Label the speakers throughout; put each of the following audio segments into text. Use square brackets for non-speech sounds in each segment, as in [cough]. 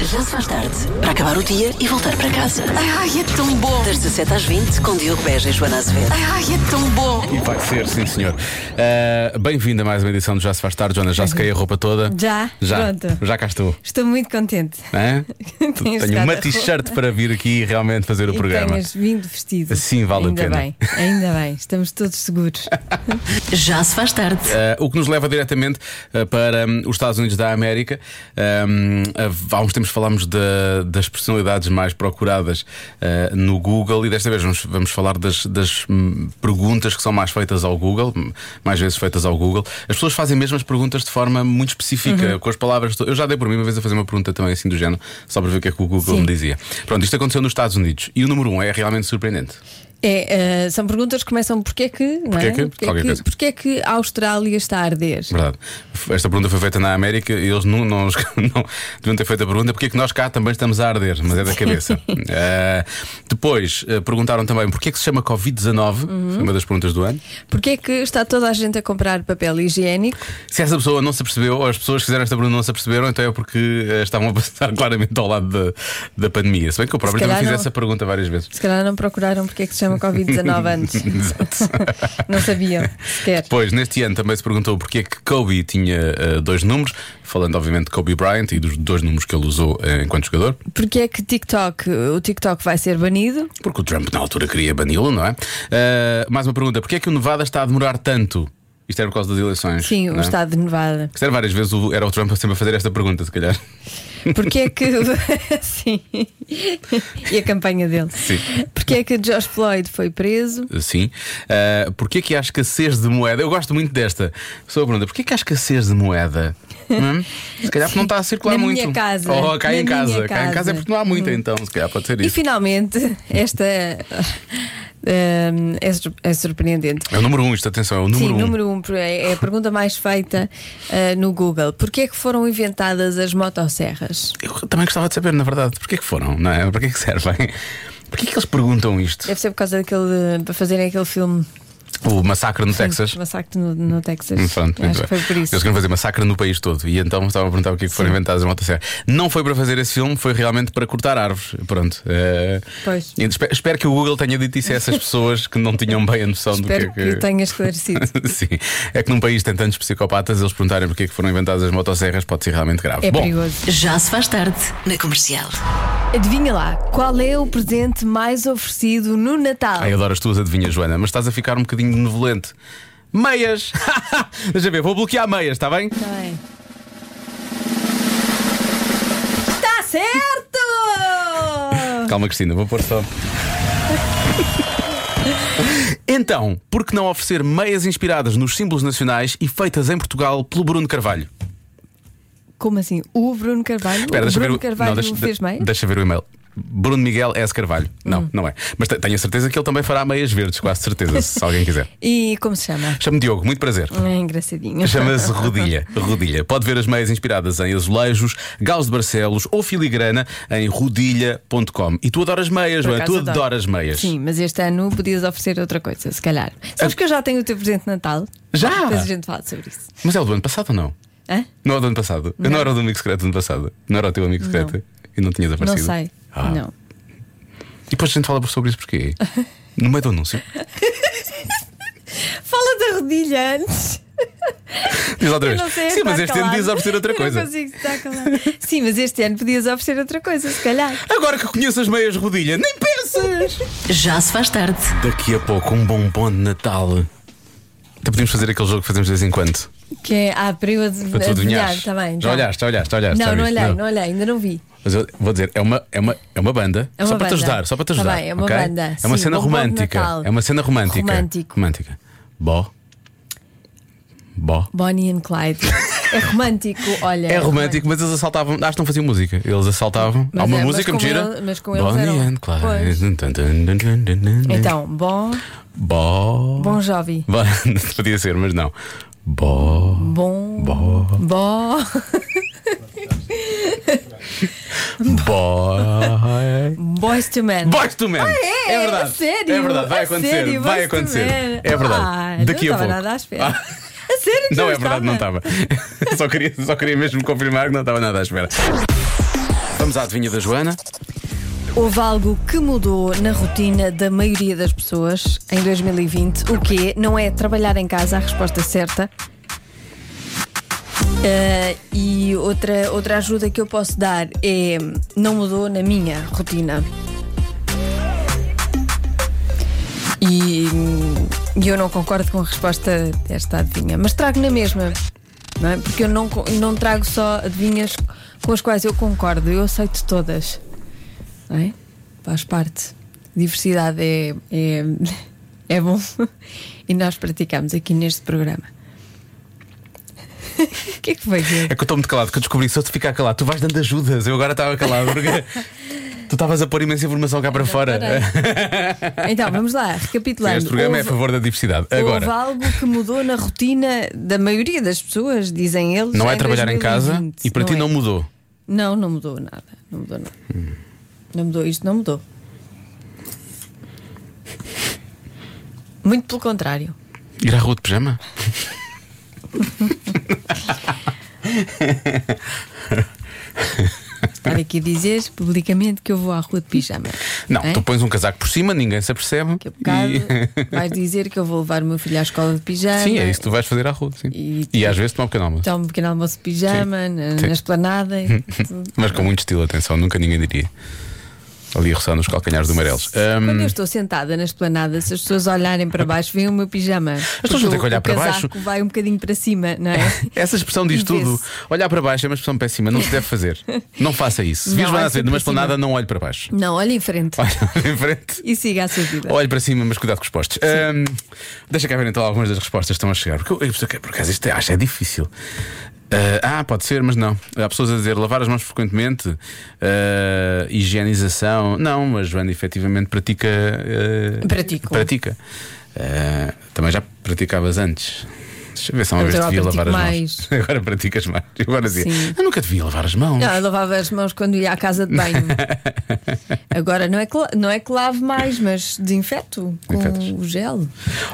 Speaker 1: Já se faz tarde. Para acabar o dia e voltar para casa.
Speaker 2: Ai, é tão bom!
Speaker 1: Das 17 às 20, com Diogo Beja e Joana Azevedo.
Speaker 2: Ai, é tão bom!
Speaker 3: E vai ser, sim, senhor. Uh, Bem-vindo a mais uma edição do Já Se Faz Tarde, Joana. Já sequei a roupa toda.
Speaker 4: Já?
Speaker 3: Já.
Speaker 4: Pronto.
Speaker 3: Já cá estou.
Speaker 4: Estou muito contente. [laughs]
Speaker 3: Hã? Tenho
Speaker 4: secado
Speaker 3: uma
Speaker 4: a
Speaker 3: t-shirt para vir aqui e realmente fazer o
Speaker 4: E
Speaker 3: programa.
Speaker 4: tenhas vindo vestido.
Speaker 3: Assim vale a
Speaker 4: ainda
Speaker 3: pena.
Speaker 4: Bem, ainda bem, estamos todos
Speaker 3: [laughs]
Speaker 4: seguros.
Speaker 1: Já se faz tarde.
Speaker 3: Uh, o que nos leva diretamente uh, para hum, os Estados Unidos da América. Um, há uns tempos falámos da- das personalidades mais procuradas uh, no Google e desta vez vamos, vamos falar das, das, hum, perguntas que são mais feitas ao Google, hum, mais vezes feitas ao Google. As pessoas fazem mesmo as perguntas de forma muito específica, com as palavras. Eu já dei por mim uma vez a fazer uma pergunta também assim do género, só para ver o que é que o Google
Speaker 4: Sim.
Speaker 3: me dizia. Pronto, isto aconteceu nos Estados Unidos e o número um é realmente surpreendente.
Speaker 4: É, ah, são perguntas que começam porquê que, não
Speaker 3: Porquê
Speaker 4: é?
Speaker 3: que? Qualquer
Speaker 4: que,
Speaker 3: coisa.
Speaker 4: porquê que a Austrália está a arder?
Speaker 3: Verdade. Esta pergunta foi feita na América e eles não, não, [laughs] não deviam ter feito a pergunta porque é que nós cá também estamos a arder, mas é da
Speaker 4: [laughs]
Speaker 3: cabeça. Ah, depois ah, perguntaram também porque é que se chama Covid-19,
Speaker 4: Uhum.
Speaker 3: foi uma das perguntas do ano.
Speaker 4: Porquê que está toda a gente a comprar papel higiênico?
Speaker 3: Se essa pessoa não se apercebeu, ou as pessoas que fizeram esta pergunta não se aperceberam, então é porque ah, estavam a passar [laughs] claramente ao lado da, da pandemia. Se bem que eu próprio também
Speaker 4: calhar
Speaker 3: fiz
Speaker 4: não.
Speaker 3: essa pergunta várias vezes.
Speaker 4: Se calhar não procuraram porque é que se chama
Speaker 3: [laughs]
Speaker 4: Covid-19 antes. não sabiam sequer.
Speaker 3: Depois, neste ano também se perguntou porque é que Kobe tinha ah, dois números, falando obviamente de Kobe Bryant e dos dois números que ele usou ah, enquanto jogador.
Speaker 4: Porquê é que TikTok, o TikTok vai ser banido?
Speaker 3: Porque o Trump na altura queria bani-lo, não é? Ah, mais uma pergunta: porquê é que o Nevada está a demorar tanto? Isto era por causa das eleições.
Speaker 4: Sim,
Speaker 3: não
Speaker 4: o
Speaker 3: é?
Speaker 4: estado de Nevada.
Speaker 3: Isto era várias vezes, o- era o Trump sempre a fazer esta pergunta, se calhar.
Speaker 4: Porquê é que. [laughs] Sim. E a campanha dele.
Speaker 3: Sim.
Speaker 4: Porquê é que George Floyd foi preso?
Speaker 3: Eh, Sim. Ah, porquê é que há escassez de moeda? Eu gosto muito desta. Só a pergunta: porquê é que há escassez de moeda? Hum? Se calhar porque não está a circular
Speaker 4: [laughs] Na
Speaker 3: muito.
Speaker 4: minha casa.
Speaker 3: Oh, cá
Speaker 4: Na
Speaker 3: em
Speaker 4: minha
Speaker 3: casa. Cá em casa
Speaker 4: casa.
Speaker 3: é
Speaker 4: Hum.
Speaker 3: porque não há muita, então, se calhar pode ser
Speaker 4: E
Speaker 3: isso.
Speaker 4: finalmente, esta hum, é, sur- é surpreendente.
Speaker 3: É o número um, isto, atenção, é o número
Speaker 4: Sim,
Speaker 3: um.
Speaker 4: número um é é a pergunta mais feita ah, no Google. Porquê é que foram inventadas as motosserras?
Speaker 3: Eu também gostava de saber, na verdade, porquê que foram, não é? Porquê que servem? Porquê que eles perguntam isto?
Speaker 4: Deve ser por causa daquele. para fazerem aquele filme
Speaker 3: O massacre no Texas. Hum,
Speaker 4: Massacre no, no Texas.
Speaker 3: Uhum. Pronto, muito
Speaker 4: Acho que
Speaker 3: bem.
Speaker 4: foi por isso.
Speaker 3: é. Eles queriam fazer massacre no país todo e então estavam a perguntar o que é que foram inventadas as motosserras. Não foi para fazer esse filme, foi realmente para cortar árvores. Pronto. eh,
Speaker 4: Pois.
Speaker 3: e espe- Espero que o Google tenha dito isso a essas pessoas que não tinham bem a noção do que é
Speaker 4: Espero
Speaker 3: que.
Speaker 4: que tenha
Speaker 3: [laughs]
Speaker 4: esclarecido.
Speaker 3: Sim, é que num país tem tantos psicopatas, eles perguntarem porque é que foram inventadas as motosserras pode ser realmente grave.
Speaker 4: É
Speaker 3: Bom,
Speaker 4: perigoso.
Speaker 1: Já se faz tarde. Na comercial.
Speaker 4: Adivinha lá, qual é o presente mais oferecido no Natal?
Speaker 3: ai, adoro as tuas adivinhas, Joana, mas estás a ficar um bocadinho benevolente. Meias! [laughs] Deixa ver, vou bloquear meias, está bem?
Speaker 4: Está bem. Está certo!
Speaker 3: Calma, Cristina, vou pôr só. Então, por que não oferecer meias inspiradas nos símbolos nacionais e feitas em Portugal pelo Bruno Carvalho?
Speaker 4: Como assim? O Bruno Carvalho?
Speaker 3: Espera,
Speaker 4: o
Speaker 3: deixa
Speaker 4: Bruno
Speaker 3: ver o-
Speaker 4: Carvalho
Speaker 3: não, deixa-
Speaker 4: fez Hum. meia?
Speaker 3: Deixa ver o e-mail. Bruno Miguel S. Carvalho. Não, não é. Mas te- tenho a certeza que ele também fará meias verdes, quase certeza, se alguém quiser.
Speaker 4: E como se chama?
Speaker 3: Chamo-me Diogo, muito prazer.
Speaker 4: É engraçadinho.
Speaker 3: Chama-se Rodilha. Rodilha. Pode ver as meias inspiradas em azulejos, gaus de Barcelos ou filigrana em rodilha.com. E tu adoras meias,
Speaker 4: Por
Speaker 3: não é? Tu
Speaker 4: acaso adoro.
Speaker 3: adoras meias.
Speaker 4: Sim, mas este ano podias oferecer outra coisa, se calhar. Sabes que eu já tenho o teu presente de Natal?
Speaker 3: Já?
Speaker 4: Depois a gente fala sobre isso.
Speaker 3: Mas é o do ano passado ou não?
Speaker 4: Hã?
Speaker 3: Não é o do ano passado. Eu não era o do amigo secreto do ano passado. Não era o teu amigo secreto. E não tinhas
Speaker 4: Não
Speaker 3: aparecido.
Speaker 4: sei.
Speaker 3: Ah.
Speaker 4: Não.
Speaker 3: E depois a gente fala sobre isso porquê?
Speaker 4: [laughs]
Speaker 3: No meio do anúncio.
Speaker 4: Fala da rodilha antes.
Speaker 3: Diz outra
Speaker 4: Eu
Speaker 3: vez.
Speaker 4: não sei,
Speaker 3: Sim,
Speaker 4: está
Speaker 3: mas este ano
Speaker 4: calado.
Speaker 3: devias oferecer outra
Speaker 4: Eu Não
Speaker 3: coisa.
Speaker 4: consigo estar calado. Sim, mas este ano podias oferecer outra coisa, se calhar.
Speaker 3: Agora que conheço as meias rodilha, nem pensas!
Speaker 1: Já se faz tarde.
Speaker 3: Daqui a pouco, um bombom de Natal. Até podíamos fazer aquele jogo que fazemos de vez em quando.
Speaker 4: Que é, ah, para eu ad-
Speaker 3: Para tu
Speaker 4: adivinhar
Speaker 3: adivinhares.
Speaker 4: também.
Speaker 3: já olhaste, já olhaste, já olhaste.
Speaker 4: Não,
Speaker 3: já
Speaker 4: não
Speaker 3: viste?
Speaker 4: olhei, não. olhei, ainda não vi.
Speaker 3: Mas eu vou dizer, é uma, é uma, é uma banda.
Speaker 4: É uma
Speaker 3: só para te
Speaker 4: banda.
Speaker 3: ajudar, só para te
Speaker 4: Tá
Speaker 3: ajudar.
Speaker 4: bem, é uma
Speaker 3: ok?
Speaker 4: banda.
Speaker 3: É uma
Speaker 4: Sim,
Speaker 3: cena
Speaker 4: bombom de
Speaker 3: romântica.
Speaker 4: Natal.
Speaker 3: É uma cena romântica.
Speaker 4: Romântico.
Speaker 3: Romântica. Bó. Bó.
Speaker 4: Bonnie and Clyde. é romântico, olha.
Speaker 3: É romântico, mas eles assaltavam. Acho que não faziam música. Eles assaltavam.
Speaker 4: Mas
Speaker 3: Há uma
Speaker 4: é, mas
Speaker 3: música
Speaker 4: com
Speaker 3: mentira.
Speaker 4: ele- mas com eles eram-
Speaker 3: and
Speaker 4: Pois.
Speaker 3: Clyde.
Speaker 4: Então, bom,
Speaker 3: Bó.
Speaker 4: bom jovem.
Speaker 3: Bó. [laughs] Podia ser, mas não. Bó.
Speaker 4: Bom.
Speaker 3: Bó.
Speaker 4: Bó.
Speaker 3: Bó.
Speaker 4: Boys to Men.
Speaker 3: Boys to Men.
Speaker 4: é?
Speaker 3: é verdade.
Speaker 4: A sério?
Speaker 3: É verdade, vai
Speaker 4: A
Speaker 3: acontecer.
Speaker 4: sério?
Speaker 3: vai
Speaker 4: Boyz II
Speaker 3: acontecer.
Speaker 4: Men?
Speaker 3: É verdade.
Speaker 4: Ah,
Speaker 3: Daqui
Speaker 4: não
Speaker 3: a pouco.
Speaker 4: estava nada à espera.
Speaker 3: Ah.
Speaker 4: A sério que
Speaker 3: Não, é [laughs]
Speaker 4: estava?
Speaker 3: verdade, não estava. só, queria, só queria mesmo confirmar que não estava nada à espera. Vamos Vamos à adivinha da Joana.
Speaker 4: Houve algo que mudou na rotina da maioria das pessoas em 2020. O quê? Não é trabalhar em casa a resposta certa. Ah, e outra, outra ajuda que eu posso dar é não mudou na minha rotina. E hum, eu não concordo com a resposta desta adivinha, mas trago na mesma, não é? porque eu não, co- não trago só adivinhas com as quais eu concordo, eu aceito todas não é? Faz parte. Diversidade é, é, [laughs] é bom e nós praticamos aqui neste programa. [laughs] O que é que foi? Diogo?
Speaker 3: É que eu estou muito calado, que eu descobri que se eu te ficar calado, tu vais dando ajudas. Eu agora estava calado porque
Speaker 4: [laughs]
Speaker 3: tu estavas a pôr imensa informação cá para fora.
Speaker 4: Então, vamos lá,
Speaker 3: Sim,
Speaker 4: recapitulando.
Speaker 3: Este programa é a
Speaker 4: Houve-
Speaker 3: favor da diversidade.
Speaker 4: Houve
Speaker 3: Agora,
Speaker 4: algo que mudou na rotina da maioria das pessoas, dizem eles.
Speaker 3: não é trabalhar em casa
Speaker 4: 2020,
Speaker 3: e para ti
Speaker 4: é?
Speaker 3: não mudou.
Speaker 4: Não, não mudou nada. Não mudou nada. Não mudou, isto não mudou. Muito pelo contrário.
Speaker 3: Ir à rua de pijama?
Speaker 4: Estar aqui a dizer publicamente que eu vou à rua de pijama.
Speaker 3: Não,
Speaker 4: é?
Speaker 3: tu pões um casaco por cima, ninguém se apercebe.
Speaker 4: Que a bocado
Speaker 3: e- [laughs]
Speaker 4: vais dizer que eu vou levar o meu filho à escola de pijama.
Speaker 3: Sim, é isso que tu vais fazer à rua. Sim.
Speaker 4: E-
Speaker 3: E, às vezes tomar um pequeno almoço.
Speaker 4: Tomo um pequeno almoço de pijama na,
Speaker 3: Sim. Uhum.
Speaker 4: na esplanada. e tudo.
Speaker 3: Mas com muito estilo, atenção, nunca ninguém diria. Ali a roçar nos calcanhares do Marelos.
Speaker 4: Quando eu estou sentada na esplanada, se as pessoas olharem para baixo, veem o meu pijama. As
Speaker 3: pessoas não têm que olhar para
Speaker 4: casaco
Speaker 3: baixo.
Speaker 4: vai um bocadinho para
Speaker 3: [laughs]
Speaker 4: cima, não é?
Speaker 3: Essa expressão diz
Speaker 4: E
Speaker 3: tudo.
Speaker 4: vê-se.
Speaker 3: Olhar para baixo é uma expressão péssima, não se deve
Speaker 4: [laughs]
Speaker 3: fazer. Não faça isso. Se
Speaker 4: Não,
Speaker 3: vires
Speaker 4: olha
Speaker 3: Joana a sair de uma
Speaker 4: para cima.
Speaker 3: esplanada, não olhe para baixo.
Speaker 4: Não, olha em frente
Speaker 3: Olha [laughs] em frente.
Speaker 4: e siga a sua vida.
Speaker 3: Olhe para cima, mas cuidado com os postes. Ahm, deixa cá ver então algumas das respostas que estão a chegar. Porque eu, eu percebo que, por acaso isto é, acho que é difícil. Ah, ah, pode ser, mas não. Há pessoas a dizer lavar as mãos frequentemente, ah, higienização. Não, mas Joana efetivamente pratica. ah,
Speaker 4: Pratico.
Speaker 3: Pratica. Ah, também já praticavas antes. Deixa eu ver se há uma
Speaker 4: Eu
Speaker 3: vez
Speaker 4: agora
Speaker 3: devia lavar
Speaker 4: pratico
Speaker 3: as mãos. [laughs]
Speaker 4: mais.
Speaker 3: Agora praticas mais. Eu Agora dizia,
Speaker 4: Sim.
Speaker 3: eu nunca devia lavar as mãos.
Speaker 4: Não, eu lavava as mãos quando ia à casa
Speaker 3: [laughs]
Speaker 4: de banho. Agora não é que, la- não é que lave mais, mas desinfeto com
Speaker 3: Infetas.
Speaker 4: o gel.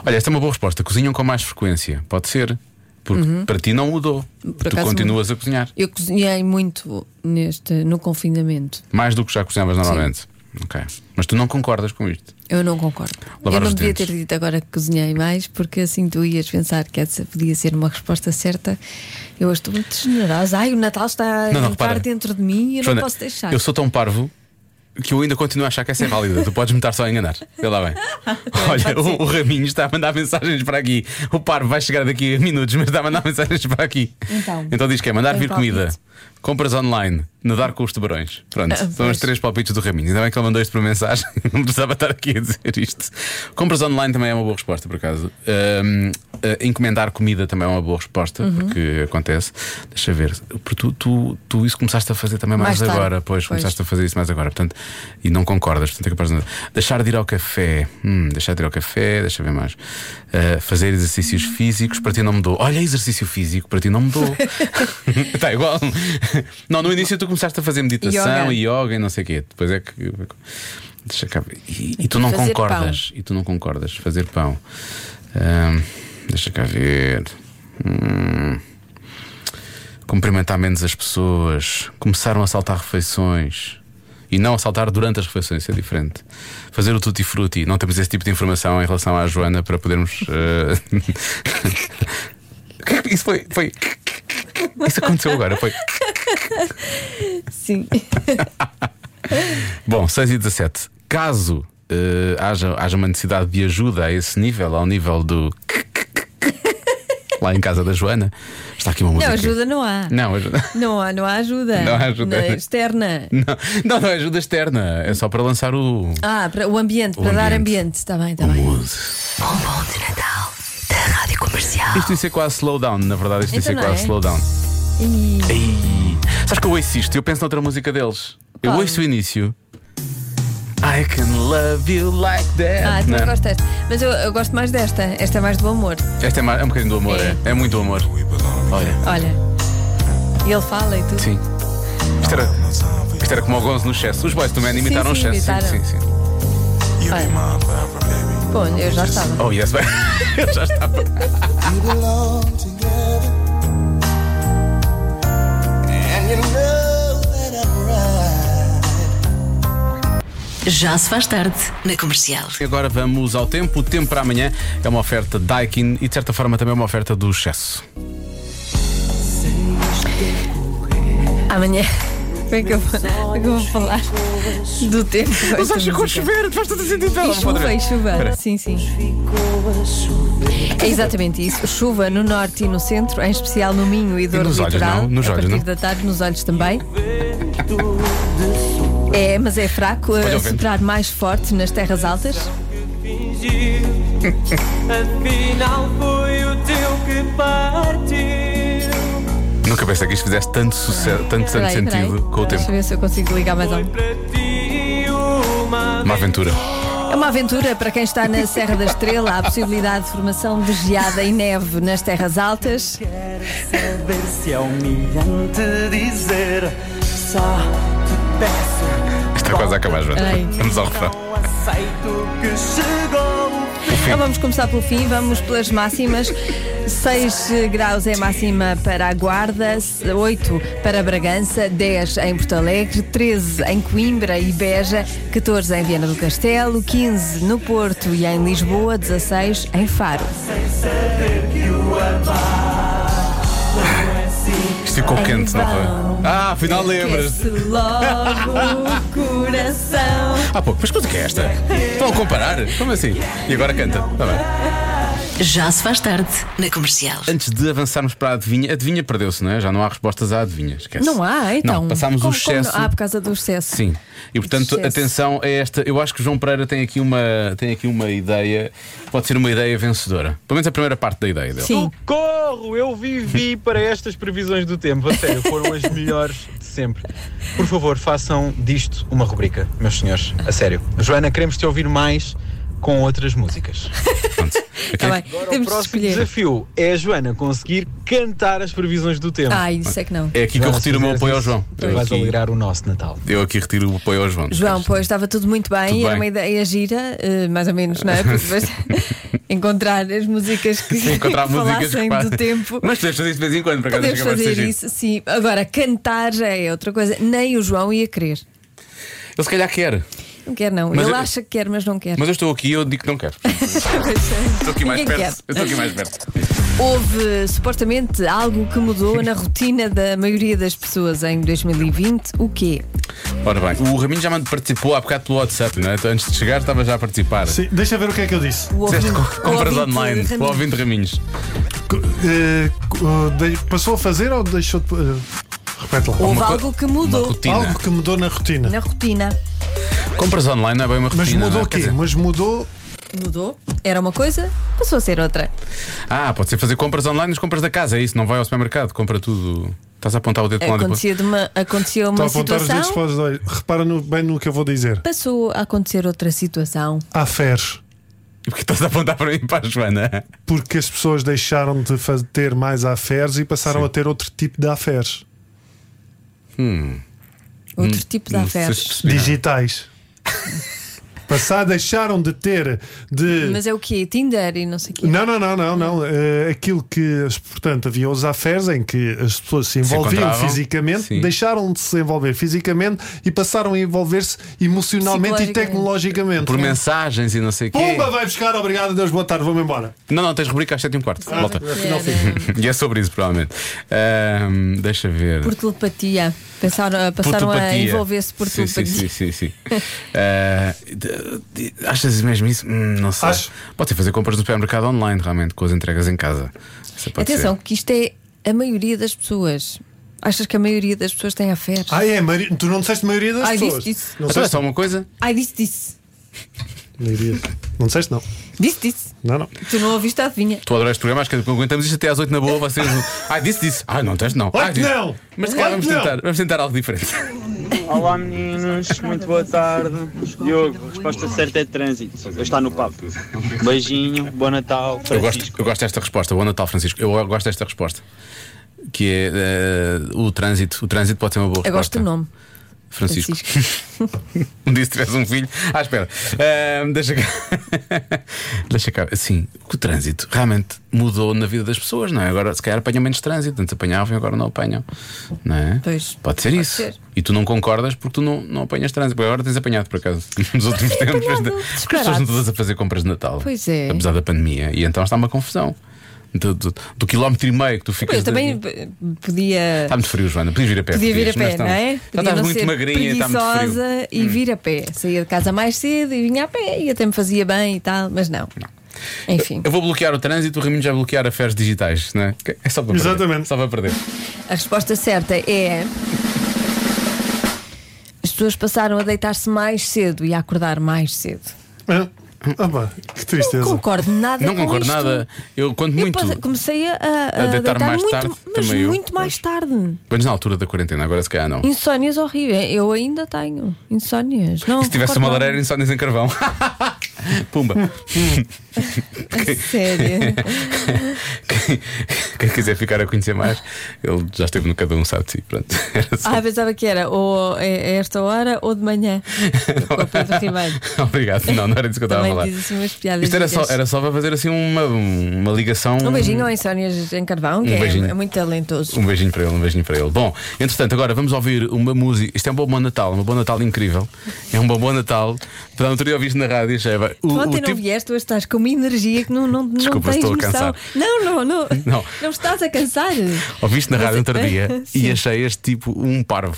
Speaker 3: Olha, esta é uma boa resposta. Cozinham com mais frequência. Pode ser. Porque para ti não mudou.
Speaker 4: Uhum. Por
Speaker 3: tu
Speaker 4: acaso
Speaker 3: continuas a cozinhar.
Speaker 4: Eu cozinhei muito neste, no confinamento.
Speaker 3: Mais do que já cozinhavas normalmente. Ok. Mas tu não concordas com isto.
Speaker 4: Eu não concordo.
Speaker 3: Lavar
Speaker 4: eu
Speaker 3: os
Speaker 4: não devia
Speaker 3: dentes.
Speaker 4: ter dito agora que cozinhei mais, porque assim tu ias pensar que essa podia ser uma resposta certa. Eu hoje estou muito generosa. Ai, o Natal está a
Speaker 3: Não, não,
Speaker 4: entrar
Speaker 3: repara.
Speaker 4: dentro de mim e eu
Speaker 3: Joana,
Speaker 4: não posso deixar.
Speaker 3: Eu sou tão parvo que eu ainda continuo a achar que essa é válida. tu podes me estar só a enganar. Vê lá
Speaker 4: [laughs]
Speaker 3: bem. Olha,
Speaker 4: pode
Speaker 3: o, o Raminho está a mandar mensagens para aqui. O parvo vai chegar daqui a minutos, mas está a mandar [laughs] mensagens para aqui.
Speaker 4: Então.
Speaker 3: diz que é mandar
Speaker 4: Tem
Speaker 3: vir
Speaker 4: palpite?
Speaker 3: comida. Compras online, nadar com os tubarões. Pronto,
Speaker 4: Ah,
Speaker 3: são
Speaker 4: pois.
Speaker 3: os três palpites do Raminho. Ainda bem que ele mandou isto por mensagem. [laughs] Não precisava estar aqui a dizer isto. Compras online também é uma boa resposta, por acaso. Ahm, ah, encomendar comida também é uma boa resposta,
Speaker 4: Uhum.
Speaker 3: porque acontece. Deixa ver. Porque tu, tu, tu isso começaste a fazer também mais,
Speaker 4: Mais tarde,
Speaker 3: agora, pois,
Speaker 4: pois.
Speaker 3: começaste a fazer isso mais agora, portanto, e não concordas, portanto, é capaz de... não- Deixar de ir ao café, hum, deixar de ir ao café, deixa eu ver mais. Ah, fazer exercícios físicos, para ti não mudou. Olha, exercício físico, para ti não
Speaker 4: [laughs]
Speaker 3: mudou. Está igual. Não, no início tu começaste a fazer meditação
Speaker 4: Yoga.
Speaker 3: e yoga e não sei o quê. Depois é que. Deixa cá ver. E, e tu não
Speaker 4: Fazer
Speaker 3: concordas. E tu não concordas. Fazer pão. Ahm, deixa cá ver. Hum cumprimentar menos as pessoas, começaram a saltar refeições. E não a saltar durante as refeições, isso é diferente. Fazer o tutti frutti. Não temos esse tipo de informação em relação à Joana para podermos. eh, [laughs] isso foi, foi. Isso aconteceu agora. Foi. [laughs]
Speaker 4: Sim.
Speaker 3: Bom, 6 e 17. Caso eh, haja, haja uma necessidade de ajuda a esse nível, ao nível do. Lá em casa da Joana, está aqui uma música.
Speaker 4: Não, ajuda não há.
Speaker 3: Não, ajuda.
Speaker 4: Não há, não há ajuda.
Speaker 3: Não há ajuda.
Speaker 4: Na externa.
Speaker 3: [laughs] Não, não, não é ajuda externa, é só para lançar o.
Speaker 4: Ah, para o ambiente, para dar ambiente. Está bem, está
Speaker 3: o
Speaker 4: bem.
Speaker 3: mood.
Speaker 1: Um bom de Natal da Rádio Comercial.
Speaker 3: Isto isso é quase slowdown, na verdade, isto isso é
Speaker 4: Então não
Speaker 3: quase
Speaker 4: é?
Speaker 3: slowdown.
Speaker 4: Ih,
Speaker 3: Ei. Sabes que eu ouço isto? e Eu penso noutra música deles. Eu
Speaker 4: Qual?
Speaker 3: ouço o início. I can love you like that.
Speaker 4: Ah, tu não
Speaker 3: Não.
Speaker 4: gostas. Mas eu, eu gosto mais desta. Esta é mais do amor.
Speaker 3: Esta é, mais, é um bocadinho do amor, é. É muito do amor. Olha,
Speaker 4: Olha. E ele fala e tudo.
Speaker 3: sim. Isto era, isto era como o Gonzo no Chess. Os boys também imitaram
Speaker 4: sim,
Speaker 3: o Chess.
Speaker 4: imitaram.
Speaker 3: Sim, sim, sim.
Speaker 4: Olha. Bom, eu já estava.
Speaker 3: Oh, yes, bem. Eu [laughs] já estava.
Speaker 5: We belong together, and you know that I'm right.
Speaker 1: Já se faz tarde na comercial.
Speaker 3: E agora vamos ao tempo. O tempo para amanhã é uma oferta Daikin e de certa forma também é uma oferta do excesso.
Speaker 4: Amanhã. [laughs] Como é que eu vou, como é que eu vou falar do tempo? Mas
Speaker 3: chover, faz todo sentido então.
Speaker 4: E chuva, e chuva. Sim, sim. É exatamente isso. Chuva no norte e no centro, em especial no Minho e Douro
Speaker 3: nos olhos,
Speaker 4: Litoral.
Speaker 3: não? Nos
Speaker 4: a
Speaker 3: olhos,
Speaker 4: partir
Speaker 3: não?
Speaker 4: da tarde, nos olhos também. É, mas é fraco.
Speaker 3: Olha o
Speaker 4: A
Speaker 3: vento.
Speaker 4: soprar mais forte nas terras altas.
Speaker 6: Afinal foi o teu que partiu
Speaker 3: Nunca pensei que isto fizesse tanto sucesso, tanto, tanto
Speaker 4: Espera aí, espera aí.
Speaker 3: sentido com o
Speaker 4: Deixa eu
Speaker 3: tempo.
Speaker 4: ver se eu consigo ligar mais alto.
Speaker 6: para ti uma
Speaker 3: Uma aventura.
Speaker 4: É uma aventura para quem está na Serra da Estrela. Há a possibilidade de formação de geada e neve nas terras altas.
Speaker 6: Saber se é humilhante dizer Só te peço
Speaker 3: Está quase a acabar, Joana.
Speaker 4: Espera aí.
Speaker 3: Vamos ao refrão.
Speaker 6: Não aceito que chegou
Speaker 4: Então vamos começar pelo fim, vamos pelas máximas. 6 graus é a máxima para a Guarda, 8 para Bragança, 10 em Porto Alegre, 13 em Coimbra e Beja, 14 em Viana do Castelo, 15 no Porto e em Lisboa, 16 em Faro.
Speaker 3: Isto ficou quente, não foi? Ah, afinal lembras.
Speaker 4: Aquece logo o coração.
Speaker 3: Ah, pouco, mas quanto que é esta? Estão a comparar? Como assim? E agora canta. Tá bem.
Speaker 1: Já se faz tarde na comercial.
Speaker 3: Antes de avançarmos para a adivinha, a adivinha perdeu-se, não é? Já não há respostas à adivinha. Esquece.
Speaker 4: Não há, então.
Speaker 3: Não, passámos o
Speaker 4: Como- como não-
Speaker 3: excesso.
Speaker 4: Ah, por causa do excesso.
Speaker 3: Sim. E portanto,
Speaker 4: Excesso.
Speaker 3: atenção a esta. Eu acho que o João Pereira tem aqui uma, tem aqui uma ideia, pode ser uma ideia vencedora. Pelo menos a primeira parte da ideia dele.
Speaker 4: Sim.
Speaker 7: Socorro!
Speaker 4: [laughs]
Speaker 7: Eu vivi para estas previsões do tempo. A sério, foram as melhores de sempre. Por favor, façam disto uma rubrica, meus senhores. A sério. Joana, queremos te ouvir mais com outras músicas.
Speaker 3: Pronto. Ok?
Speaker 4: Tá bem,
Speaker 7: Agora, o
Speaker 4: [laughs] temos de
Speaker 7: próximo
Speaker 4: escolher.
Speaker 7: desafio é a Joana conseguir cantar as previsões do tempo.
Speaker 4: Ah, isso é que não.
Speaker 3: É aqui que eu
Speaker 7: Joana, se
Speaker 3: retiro o meu
Speaker 7: fizeres
Speaker 3: apoio ao
Speaker 7: isso,
Speaker 3: João.
Speaker 7: tu
Speaker 3: Eu
Speaker 7: Vais
Speaker 3: aqui,
Speaker 7: alegrar o nosso Natal.
Speaker 3: eu aqui retiro o apoio ao João.
Speaker 4: João, pois estava tudo muito bem,
Speaker 3: Tudo
Speaker 4: era
Speaker 3: bem.
Speaker 4: uma ideia gira, eh, mais ou menos, não é? Porque
Speaker 3: [laughs]
Speaker 4: depois encontrar as músicas que,
Speaker 3: Sim, encontrar
Speaker 4: que
Speaker 3: músicas
Speaker 4: [laughs] falassem
Speaker 3: fazem-
Speaker 4: do tempo.
Speaker 3: Mas podemos fazer isso de vez em quando, para
Speaker 4: Podemos fazer isso, sim. Agora, cantar já é outra coisa. Nem o João ia querer.
Speaker 3: Ele se calhar quer,
Speaker 4: Não quer, não.
Speaker 3: Mas
Speaker 4: Ele
Speaker 3: eu-
Speaker 4: acha que quer, mas não quer.
Speaker 3: mas eu estou aqui e eu digo que não
Speaker 4: [laughs]
Speaker 3: quero. Estou aqui mais
Speaker 4: é. Ninguém
Speaker 3: perto.
Speaker 4: quer.
Speaker 3: Eu estou aqui mais perto.
Speaker 4: Houve supostamente algo que
Speaker 3: [laughs]
Speaker 4: mudou na rotina da maioria das pessoas em 2020. O quê?
Speaker 3: Ora bem, o Raminho já mand- participou há bocado pelo WhatsApp, não é? Então, antes de chegar, estava já a participar.
Speaker 8: Sim, deixa ver o que é que eu disse.
Speaker 4: O
Speaker 3: Dizeste
Speaker 4: ouvinte-
Speaker 3: co- compras
Speaker 4: o ouvinte
Speaker 3: online,
Speaker 4: Ramiro.
Speaker 3: o ouvinte Raminhos.
Speaker 8: Co- eh, co- dei- passou a fazer ou deixou de. eh, repete lá.
Speaker 4: Houve
Speaker 3: Uma co-
Speaker 4: algo que
Speaker 3: Uma
Speaker 4: mudou
Speaker 3: rotina.
Speaker 8: Algo que mudou na rotina.
Speaker 4: na rotina.
Speaker 3: Compras online não é bem uma rotina.
Speaker 8: Mas
Speaker 3: não
Speaker 8: mudou
Speaker 3: é?
Speaker 8: o
Speaker 3: Quer
Speaker 8: quê?
Speaker 3: dizer,
Speaker 8: Mas mudou.
Speaker 4: Mudou. Era uma coisa, passou a ser outra.
Speaker 3: Ah, pode ser fazer compras online nas compras da casa, é isso, não vai ao supermercado, compra tudo. Estás a apontar o
Speaker 4: É,
Speaker 3: dedo para um lado e para o outro.
Speaker 4: Acontecia de uma, aconteceu
Speaker 8: Estou a
Speaker 4: uma
Speaker 8: apontar os dedos para
Speaker 4: situação,
Speaker 8: os olhos. Repara no- bem no que eu vou dizer.
Speaker 4: passou a acontecer outra situação.
Speaker 8: Há feres.
Speaker 3: E [laughs] Porque estás a apontar para mim e para a Joana.
Speaker 8: Porque as pessoas deixaram de fa- ter mais aferes e passaram a ter outro tipo de aferes.
Speaker 4: Outro
Speaker 3: Hum,
Speaker 4: tipo de
Speaker 3: Não sei
Speaker 4: afetos.
Speaker 3: se percebi nada. [laughs]
Speaker 8: Digitais. Passar, deixaram de ter de.
Speaker 4: Mas é o quê? Tinder e não sei o quê.
Speaker 8: Não, não, não, não, não. Eh, aquilo que, as- portanto, havia os afers em que as pessoas se envolviam
Speaker 3: encontravam.
Speaker 8: fisicamente,
Speaker 3: Sim.
Speaker 8: deixaram de se envolver fisicamente e passaram a envolver-se emocionalmente e
Speaker 4: Psicologicamente.
Speaker 8: tecnologicamente.
Speaker 3: Por mensagens e não sei o quê.
Speaker 8: Pumba, vai buscar, obrigado, Deus, boa tarde, vou-me embora.
Speaker 3: Não, não, tens rubrica às 7 e um quarto. Volta.
Speaker 8: Ah.
Speaker 3: [laughs]
Speaker 4: Era
Speaker 3: E é sobre isso, provavelmente. Ahm, deixa ver.
Speaker 4: por telepatia. Pensaram, passaram a
Speaker 3: Telepatia.
Speaker 4: envolver-se por
Speaker 3: sim, sim,
Speaker 4: telepatia.
Speaker 3: sim, sim, sim. Ah, de- de- achas mesmo isso? Hum, não sei.
Speaker 8: Acho.
Speaker 3: Pode ser fazer compras no supermercado online, realmente, com as entregas em casa. Isso pode
Speaker 4: Atenção,
Speaker 3: ser.
Speaker 4: que isto é a maioria das pessoas. Achas que a maioria das pessoas tem afetos?
Speaker 8: Ah, é, mari- tu não disseste maioria das
Speaker 4: Ai,
Speaker 8: pessoas.
Speaker 4: disse, disse.
Speaker 3: Então é
Speaker 8: Não disseste,
Speaker 3: só uma coisa?
Speaker 4: Ai, disse, disse.
Speaker 8: maioria. Não disseste, não.
Speaker 4: Disse, disse.
Speaker 8: Não, não.
Speaker 4: Tu não ouviste a adivinha.
Speaker 3: Tu adoras este programa, acho que é aguentamos isto até às 8 na boa, vocês.
Speaker 8: [laughs]
Speaker 3: Ai, disse, disse. Ai, não tens, não.
Speaker 8: Olha
Speaker 3: Ai,
Speaker 8: que
Speaker 3: disse.
Speaker 8: não.
Speaker 3: Mas se calhar
Speaker 8: Olha
Speaker 3: vamos
Speaker 8: que não.
Speaker 3: tentar, vamos tentar algo
Speaker 8: [laughs]
Speaker 3: diferente.
Speaker 9: Olá meninos, muito boa tarde. Diogo, a resposta certa é trânsito. Eu estou no papo. Beijinho, bom Natal.
Speaker 3: Eu gosto, eu gosto desta resposta. Bom Natal, Francisco. Eu gosto desta resposta. Que é eh, o trânsito. O trânsito pode ser uma boa
Speaker 4: Eu gosto
Speaker 3: resposta.
Speaker 4: do nome.
Speaker 3: Francisco. [laughs] Um dia se tivesse um filho. Ah, espera. Ahm, deixa cá. [laughs] deixa cá. Sim, o trânsito realmente mudou na vida das pessoas, não é? Agora, se calhar, apanham menos trânsito. Antes apanhavam e agora não apanham. Não é?
Speaker 4: Pois,
Speaker 3: Pode ser
Speaker 4: pode
Speaker 3: isso.
Speaker 4: ser.
Speaker 3: E tu não concordas porque tu não, não apanhas trânsito. Porque Agora tens apanhado, por acaso, [laughs] nos últimos
Speaker 4: tenho
Speaker 3: tempos.
Speaker 4: apanhado,
Speaker 3: Porque as pessoas
Speaker 4: disparado.
Speaker 3: não todas a fazer compras de Natal.
Speaker 4: Pois é.
Speaker 3: Apesar da pandemia. E então está uma confusão. Do, do- do quilómetro e meio É que tu ficas.
Speaker 4: Eu também
Speaker 3: de-
Speaker 4: p- podia.
Speaker 3: Está muito frio, Joana. Podias vir a pé.
Speaker 4: Podia vir a
Speaker 3: podias, mas
Speaker 4: pé, não é?
Speaker 3: estamos- Já estás muito magrinha e está muito frio. Hum.
Speaker 4: preguiçosa e vir a pé. Saía de casa mais cedo e vinha a pé e até me fazia bem e tal, mas não. Enfim,
Speaker 3: Eu vou bloquear o trânsito, o Raminho já bloquear afers digitais, não é? É só para perder.
Speaker 8: Exatamente.
Speaker 3: Só para perder.
Speaker 4: a resposta certa é. As pessoas passaram a deitar-se mais cedo e a acordar mais cedo.
Speaker 8: Ah, ah, pá, que tristeza.
Speaker 4: Não concordo nada
Speaker 3: Não
Speaker 4: é com
Speaker 3: concordo
Speaker 4: isto.
Speaker 3: nada. Eu conto
Speaker 4: Eu
Speaker 3: muito.
Speaker 4: passe- comecei a, a- a
Speaker 3: deitar mais
Speaker 4: muito,
Speaker 3: tarde,
Speaker 4: mas
Speaker 3: também eu.
Speaker 4: muito mais tarde.
Speaker 3: Mas na altura da quarentena, agora se calhar não.
Speaker 4: Insónias horríveis. Eu ainda tenho insónias. Não,
Speaker 3: Se tivesse
Speaker 4: recordo
Speaker 3: uma
Speaker 4: nada.
Speaker 3: lareira insónias em
Speaker 4: [laughs]
Speaker 3: carvão. Pumba.
Speaker 4: A
Speaker 3: [laughs]
Speaker 4: Sério.
Speaker 3: Quem- Quem quiser ficar a conhecer mais, ele já esteve no Cada Um Sabe de Si. Pronto. Era só-
Speaker 4: Ah, pensava que era ou a a esta hora ou
Speaker 3: [laughs]
Speaker 4: de manhã. Ah, Com o Pedro Ribeiro.
Speaker 3: Obrigado. Não, não era disso que eu estava a
Speaker 4: Também
Speaker 3: falar.
Speaker 4: diz assim umas piadas.
Speaker 3: Isto era só,
Speaker 4: gigas.
Speaker 3: era só para fazer assim uma, uma ligação.
Speaker 4: Um beijinho ao Insónias em Carvão, que
Speaker 3: Hum. Um
Speaker 4: é-
Speaker 3: beijinho.
Speaker 4: é muito talentoso.
Speaker 3: Um beijinho para ele, um beijinho para ele. Bom, entretanto, agora vamos ouvir uma música. Isto é um bom Natal, um bom Natal incrível. É um bom Natal. Portanto, outro dia ouviste na rádio, já vai. O,
Speaker 4: Ontem
Speaker 3: o tipo-
Speaker 4: não vieste, hoje estás com uma energia que não, não, não
Speaker 3: Desculpa,
Speaker 4: tens
Speaker 3: estou a
Speaker 4: noção.
Speaker 3: cansar.
Speaker 4: Não, não, não,
Speaker 3: Não.
Speaker 4: não. estás a cansar.
Speaker 3: Ouviste na
Speaker 4: Mas- é?
Speaker 3: rádio outro dia
Speaker 4: [laughs] Sim.
Speaker 3: e achei este tipo um parvo.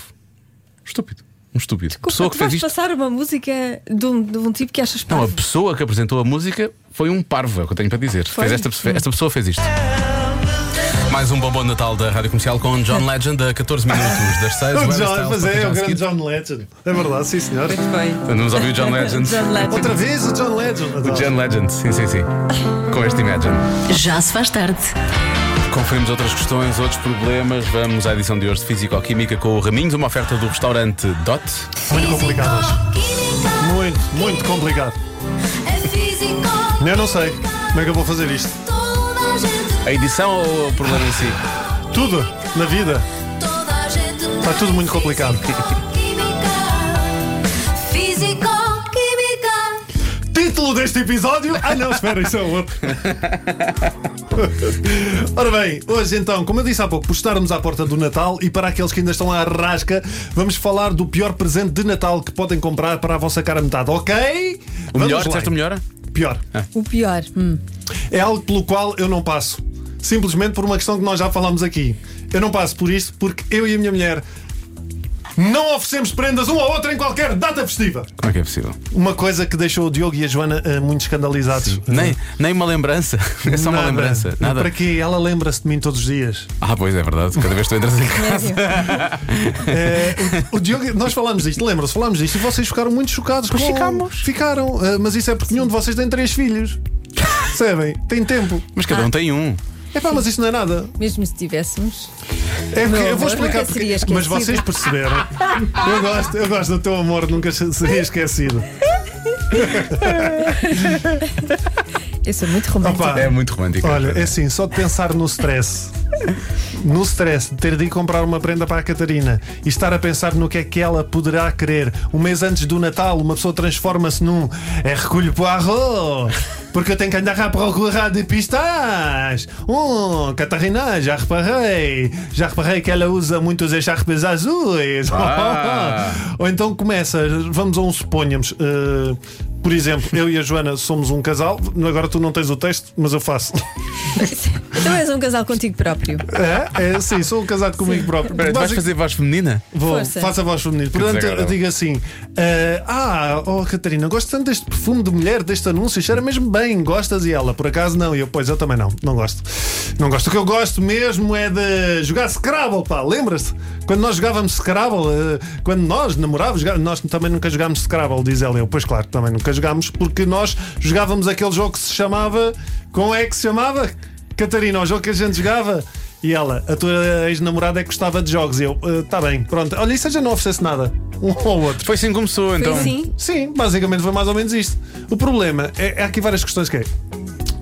Speaker 3: Estúpido. Um estúpido.
Speaker 4: Como
Speaker 3: pessoa
Speaker 4: tu
Speaker 3: que fez
Speaker 4: vais
Speaker 3: isto.
Speaker 4: passar uma música de um, de um tipo que achas
Speaker 3: Não, a
Speaker 4: parvo?
Speaker 3: pessoa que apresentou a música foi um parvo, é o que eu tenho para dizer.
Speaker 4: Foi?
Speaker 3: Fez esta, pessoa- esta pessoa fez isto. Mais um bombom de Natal da Rádio Comercial com John Legend a 14 minutos das 6.
Speaker 8: O John, mas é, é o grande John Legend. É verdade, sim, senhor.
Speaker 4: Muito bem.
Speaker 3: Vamos ouvir o John Legend.
Speaker 4: John Legend.
Speaker 8: Outra vez o John Legend.
Speaker 3: O John Legend, sim, sim, sim. Com este Imagine.
Speaker 2: Já se faz tarde.
Speaker 3: Conferimos outras questões, outros problemas. Vamos à edição de hoje de Físico-Química com o Raminhos, uma oferta do restaurante DOT.
Speaker 8: Muito complicado hoje. Muito, muito complicado. Eu não sei como é que eu vou fazer isto.
Speaker 3: A edição ou o problema em si?
Speaker 8: Tudo na vida. Está tudo muito complicado. Título deste episódio? Ah, não, espera, isso é outro. [laughs] Ora bem, hoje então, como eu disse há pouco, por estarmos à porta do Natal e para aqueles que ainda estão lá à rasca, vamos falar do pior presente de Natal que podem comprar para a vossa cara metade, ok?
Speaker 3: O
Speaker 8: Vamos
Speaker 3: melhor?
Speaker 8: lá.
Speaker 3: Disseste o melhor? Ah.
Speaker 8: Pior.
Speaker 4: O pior. hum.
Speaker 8: É algo pelo qual eu não passo. Simplesmente por uma questão que nós já falámos aqui. Eu não passo por isto porque eu e a minha mulher não oferecemos prendas um ao outro em qualquer data festiva.
Speaker 3: Como é que é possível?
Speaker 8: Uma coisa que deixou o Diogo e a Joana eh, muito escandalizados.
Speaker 3: Nem, nem uma lembrança. [laughs] É só uma
Speaker 8: Nada.
Speaker 3: lembrança. Nada.
Speaker 8: Para quê? Ela lembra-se de mim todos os dias.
Speaker 3: Ah, pois é verdade. Cada vez que tu entras em casa. [laughs]
Speaker 8: É, o, o Diogo, nós falámos disto, lembram-se, falámos disto e vocês ficaram muito chocados.
Speaker 3: Pois
Speaker 8: com...
Speaker 3: ficámos.
Speaker 8: Ficaram, eh, mas isso é porque nenhum de vocês tem três filhos. Percebem? Tem tempo.
Speaker 3: Mas cada um tem um.
Speaker 8: É pá, mas isso não é nada.
Speaker 4: Mesmo se tivéssemos.
Speaker 8: É porque
Speaker 4: Meu
Speaker 8: eu
Speaker 4: amor,
Speaker 8: vou explicar
Speaker 4: nunca
Speaker 8: porque.
Speaker 4: seria esquecido.
Speaker 8: Mas vocês perceberam. Eu gosto, eu gosto do teu amor, nunca seria esquecido.
Speaker 4: Eu sou muito romântica.
Speaker 8: Opa,
Speaker 3: É muito romântico.
Speaker 8: Olha, é assim, só de pensar no stress. No stress de ter de ir comprar uma prenda para a Catarina e estar a pensar no que é que ela poderá querer. Um mês antes do Natal, uma pessoa transforma-se num é recolho para arroz, porque eu tenho que andar à procura de pistas. Hum, Catarina, já reparei, já reparei que ela usa muitos echarpes azuis.
Speaker 3: Ah.
Speaker 8: [laughs] Ou então começa, vamos a um suponhamos. eh, por exemplo, eu e a Joana somos um casal. Agora tu não tens o texto, mas eu faço.
Speaker 4: [laughs] Então és um casal contigo próprio.
Speaker 3: Então,
Speaker 8: É, é sim, sou casado comigo próprio.
Speaker 3: Espera, tu vais
Speaker 8: Basic-
Speaker 3: fazer voz feminina?
Speaker 8: Vou,
Speaker 4: Força.
Speaker 8: faça a voz feminina. Portanto,
Speaker 3: desagradável.
Speaker 8: eu digo assim: eh, Ah, oh Catarina, gosto tanto deste perfume de mulher, deste anúncio, cheira mesmo bem, gostas? E ela, por acaso não? E eu, pois eu também não, não gosto. Não gosto. O que eu gosto mesmo é de jogar Scrabble, pá, lembras-te? Quando nós jogávamos Scrabble, eh, quando nós namorávamos, joga- nós também nunca jogámos Scrabble, diz ela. Eu, pois claro, também nunca jogámos, porque nós jogávamos aquele jogo que se chamava. Como é que se chamava? Catarina, o jogo que a gente jogava. E ela, a tua ex-namorada é que gostava de jogos. E eu, está bem, pronto. Olha, isso já não oferecesse nada. [laughs] Um ao outro.
Speaker 3: Foi assim que começou, então.
Speaker 4: Foi assim.
Speaker 8: Sim, basicamente foi mais ou menos isto. O problema é, é há aqui várias questões que é.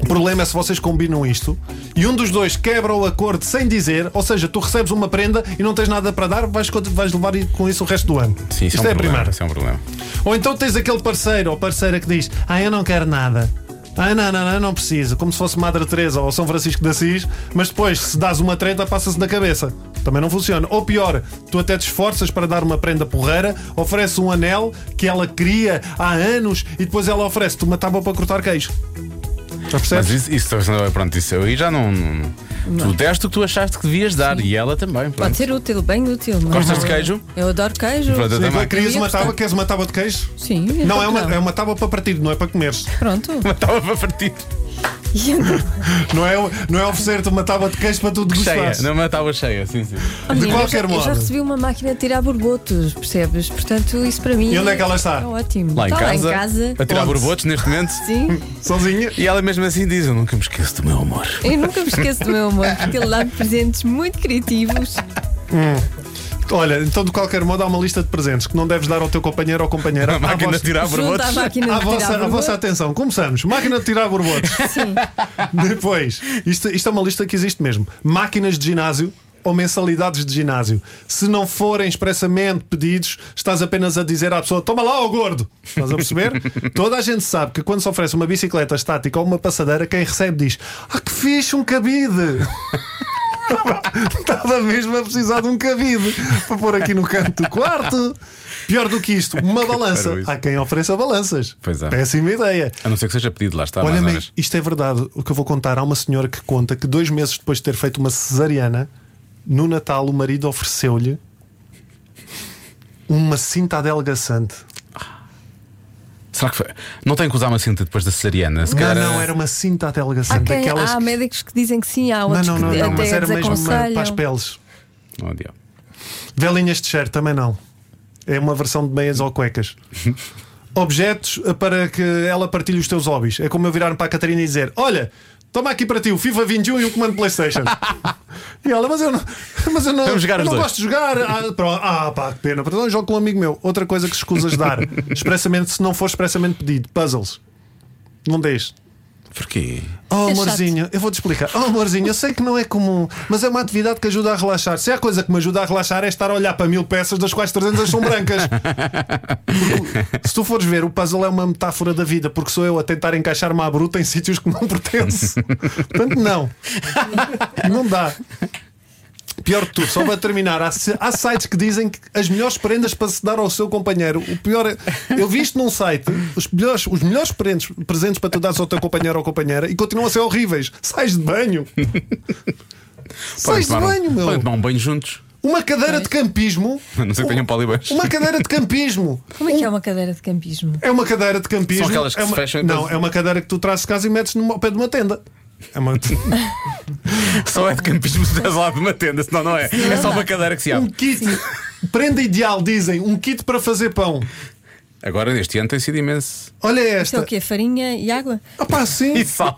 Speaker 8: O problema é se vocês combinam isto e um dos dois quebra o acordo sem dizer, ou seja, tu recebes uma prenda e não tens nada para dar, vais, co- vais levar com isso o resto do ano.
Speaker 3: Sim, isso
Speaker 8: isto
Speaker 3: é, um
Speaker 8: é a
Speaker 3: problema,
Speaker 8: primeira.
Speaker 3: Isso é um problema.
Speaker 8: Ou então tens aquele parceiro ou parceira que diz: Ah, eu não quero nada. Ah, não, não, não, não precisa. Como se fosse Madre Teresa ou São Francisco de Assis, mas depois, se dás uma treta, passa-se na cabeça. Também não funciona. Ou pior, tu até te esforças para dar uma prenda porreira, oferece um anel que ela queria há anos e depois ela oferece-te uma tábua para cortar queijo. Já
Speaker 3: Mas
Speaker 8: percebes?
Speaker 3: isso, isso, pronto, isso aí já não. não- Tu deste o que tu achaste que devias dar e ela também.
Speaker 4: Pode
Speaker 3: Pronto.
Speaker 4: ser útil, bem útil. não é?
Speaker 3: Gostas de queijo?
Speaker 4: Eu adoro queijo.
Speaker 3: Pronto, eu
Speaker 8: Sim,
Speaker 3: também.
Speaker 8: querias
Speaker 4: Eu ia
Speaker 8: uma
Speaker 4: gostar.
Speaker 8: tábua? Queres uma tábua de queijo?
Speaker 4: Sim, então
Speaker 8: Não, é uma, é uma tábua para partir, não é para comeres. [laughs]
Speaker 4: Pronto.
Speaker 3: [laughs] Estava para partir.
Speaker 4: E então,
Speaker 8: Não é, não é oferecer-te uma tábua de queijo para tu
Speaker 3: Cheia.
Speaker 8: degustares.
Speaker 3: Não, mas estava cheia, sim, sim.
Speaker 4: oh, menina,
Speaker 8: qualquer
Speaker 4: eu já,
Speaker 8: modo.
Speaker 4: Eu já recebi uma máquina de tirar borbotos, percebes? Portanto, isso para mim.
Speaker 8: E onde é que ela está?
Speaker 4: É ótimo.
Speaker 3: Lá em
Speaker 8: Tá
Speaker 4: está
Speaker 3: casa.
Speaker 4: lá em casa.
Speaker 3: A tirar
Speaker 8: Onde?
Speaker 3: borbotes neste momento.
Speaker 4: Sim.
Speaker 8: Sozinha?
Speaker 3: E ela mesmo assim diz: Eu nunca me esqueço do meu amor.
Speaker 4: Eu nunca me esqueço do meu amor, porque ele dá-me presentes muito criativos.
Speaker 8: Olha, então de qualquer modo há uma lista de presentes que não deves dar ao teu companheiro ou
Speaker 3: [laughs]
Speaker 8: companheira.
Speaker 3: A máquina
Speaker 8: vossa-
Speaker 3: de tirar
Speaker 4: Junto à
Speaker 3: borbotes.
Speaker 4: máquina de
Speaker 8: à
Speaker 4: tirar
Speaker 8: vossa, à
Speaker 4: borbotos.
Speaker 8: vossa atenção, começamos. Máquina de tirar borbotes.
Speaker 4: [laughs] Sim.
Speaker 8: [laughs] Depois, isto, isto é uma lista que existe mesmo: máquinas de ginásio ou mensalidades de ginásio. Se não forem expressamente pedidos, estás apenas a dizer à pessoa: toma lá, ó gordo! Estás a perceber?
Speaker 3: [laughs]
Speaker 8: Toda a gente sabe que quando se oferece uma bicicleta estática ou uma passadeira, quem recebe diz: ah, que fixe, um cabide! [laughs] Estava mesmo a precisar de um cabide para pôr aqui no canto do quarto. Pior do que isto, uma balança.
Speaker 3: isso.
Speaker 8: Há quem ofereça balanças.
Speaker 3: Pois é.
Speaker 8: Péssima ideia.
Speaker 3: A não ser que seja pedido, lá está.
Speaker 8: Olha,
Speaker 3: Tá mais
Speaker 8: mas
Speaker 3: horas.
Speaker 8: isto é verdade. O que eu vou contar, há uma senhora que conta que dois meses depois de ter feito uma cesariana, no Natal o marido ofereceu-lhe uma cinta adelgaçante.
Speaker 3: Será que foi? Não tem que usar uma cinta depois da cesariana? Se
Speaker 8: Não,
Speaker 3: calhar-
Speaker 8: não, era uma cinta
Speaker 4: Há,
Speaker 8: adelgaçante.
Speaker 4: Ah, quem,
Speaker 8: Aquelas...
Speaker 4: há
Speaker 8: que-
Speaker 4: médicos que dizem que sim, há
Speaker 8: Não,
Speaker 4: outros
Speaker 8: não, não,
Speaker 4: que
Speaker 8: não,
Speaker 4: até
Speaker 8: mas era mesmo uma-
Speaker 4: desaconselham.
Speaker 8: para as peles. um-
Speaker 3: Oh, diabo.
Speaker 8: Velinhas de cheiro também não. É uma versão de meias
Speaker 3: [laughs]
Speaker 8: ou cuecas. Objetos para que ela partilhe os teus hobbies. É como eu virar para a Catarina e dizer: Olha, toma aqui para ti o FIFA 21 e o
Speaker 3: [laughs]
Speaker 8: comando PlayStation. e ela, mas eu não, mas eu não,
Speaker 3: Vamos jogar os
Speaker 8: eu não
Speaker 3: dois."
Speaker 8: gosto de jogar. Ah, pronto. Ah, pá, que pena. Então eu jogo com um amigo meu. Outra coisa que se escusas
Speaker 3: [laughs]
Speaker 8: de dar, expressamente, se não for expressamente pedido, puzzles. Não deixes.
Speaker 3: Porquê?
Speaker 8: Oh,
Speaker 4: É chato.
Speaker 8: amorzinho, eu vou-te explicar. Oh, amorzinho, eu sei que não é comum, mas é uma atividade que ajuda a relaxar. Se há coisa que me ajuda a relaxar é estar a olhar para mil peças, das quais 300 são brancas. Porque, se tu fores ver, o puzzle é uma metáfora da vida, porque sou eu a tentar encaixar uma bruta em sítios que não pertence. Portanto, não. Não dá. Pior de tudo, só para terminar, há, há sites que dizem que as melhores prendas para se dar ao seu companheiro. O pior é. Eu vi isto num site, os melhores, os melhores presentes, presentes para tu dares ao teu companheiro ou companheira e continuam a ser horríveis. Sais de banho. Sais de
Speaker 3: tomar um-
Speaker 8: banho,
Speaker 3: podem
Speaker 8: meu.
Speaker 3: tomar um banho juntos. [laughs]
Speaker 8: Uma cadeira de campismo.
Speaker 3: A não ser que tenham polibanhos.
Speaker 8: Um- Uma cadeira de campismo.
Speaker 4: Como é que é uma cadeira de campismo?
Speaker 8: É uma cadeira de campismo.
Speaker 3: São aquelas que
Speaker 8: é
Speaker 3: se
Speaker 8: uma-
Speaker 3: fecham e
Speaker 8: Não,
Speaker 3: depois-
Speaker 8: é uma cadeira que tu trazes de casa e metes numa- ao pé de uma tenda.
Speaker 3: [laughs]
Speaker 8: É uma.
Speaker 3: Só é de campismo se estás lá de uma tenda, senão não é. É só uma cadeira que se
Speaker 8: Um
Speaker 3: abre.
Speaker 8: kit. Prenda ideal, dizem. Um kit para fazer pão.
Speaker 3: Agora, este ano tem sido imenso.
Speaker 8: Olha
Speaker 4: Isto é o
Speaker 8: esta.
Speaker 4: quê? Farinha e água?
Speaker 8: Ah,
Speaker 4: [laughs]
Speaker 8: pá, sim.
Speaker 3: E sal.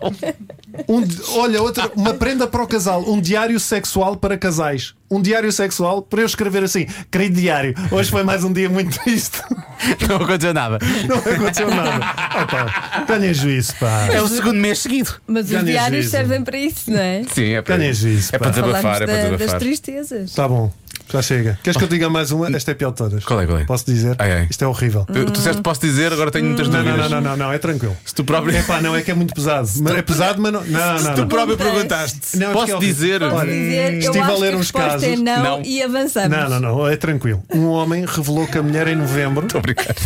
Speaker 8: Um di- olha, outra, uma prenda para o casal, um diário sexual para casais. Um diário sexual para eu escrever assim: querido diário, hoje foi mais um dia muito [laughs] triste.
Speaker 3: [laughs] Não aconteceu nada.
Speaker 8: Não aconteceu nada. Ah, pá, Ganha juízo, pá.
Speaker 3: É o segundo mês seguido.
Speaker 4: Mas
Speaker 8: Já
Speaker 4: os
Speaker 8: nem
Speaker 4: diários
Speaker 8: existe.
Speaker 4: servem para isso, não é?
Speaker 3: Sim, é para,
Speaker 8: Ganhas isso,
Speaker 3: é para
Speaker 8: pá.
Speaker 3: desabafar. É
Speaker 4: Falarmos
Speaker 3: para
Speaker 4: da- das
Speaker 3: desabafar.
Speaker 4: tristezas.
Speaker 8: Tá bom, já chega. Queres que eu diga mais uma? Esta é pior de todas.
Speaker 3: Qual é, qual é?
Speaker 8: Posso dizer?
Speaker 3: Ai, ai.
Speaker 8: Isto é horrível.
Speaker 3: Tu- Tu disseste, posso dizer, agora tenho muitas
Speaker 8: Não, não,
Speaker 3: dúvidas.
Speaker 8: não, não, não, não, é tranquilo.
Speaker 3: Se tu próprio,
Speaker 8: É pá, não, é que é muito pesado. Mas é pesado, mas não. Não,
Speaker 3: se
Speaker 8: não,
Speaker 3: tu
Speaker 8: não.
Speaker 3: próprio
Speaker 4: Não, não.
Speaker 3: perguntaste,
Speaker 8: Não, acho que é
Speaker 3: posso
Speaker 8: horrível.
Speaker 3: dizer.
Speaker 8: Olha,
Speaker 4: Dizer,
Speaker 8: Estive
Speaker 4: eu
Speaker 8: a
Speaker 4: acho
Speaker 8: ler
Speaker 4: que a
Speaker 8: uns
Speaker 4: resposta
Speaker 8: casos.
Speaker 4: é não,
Speaker 3: Não.
Speaker 4: e avançamos.
Speaker 8: Não, não, não, é tranquilo. Um homem revelou que a mulher em novembro,
Speaker 3: Obrigado.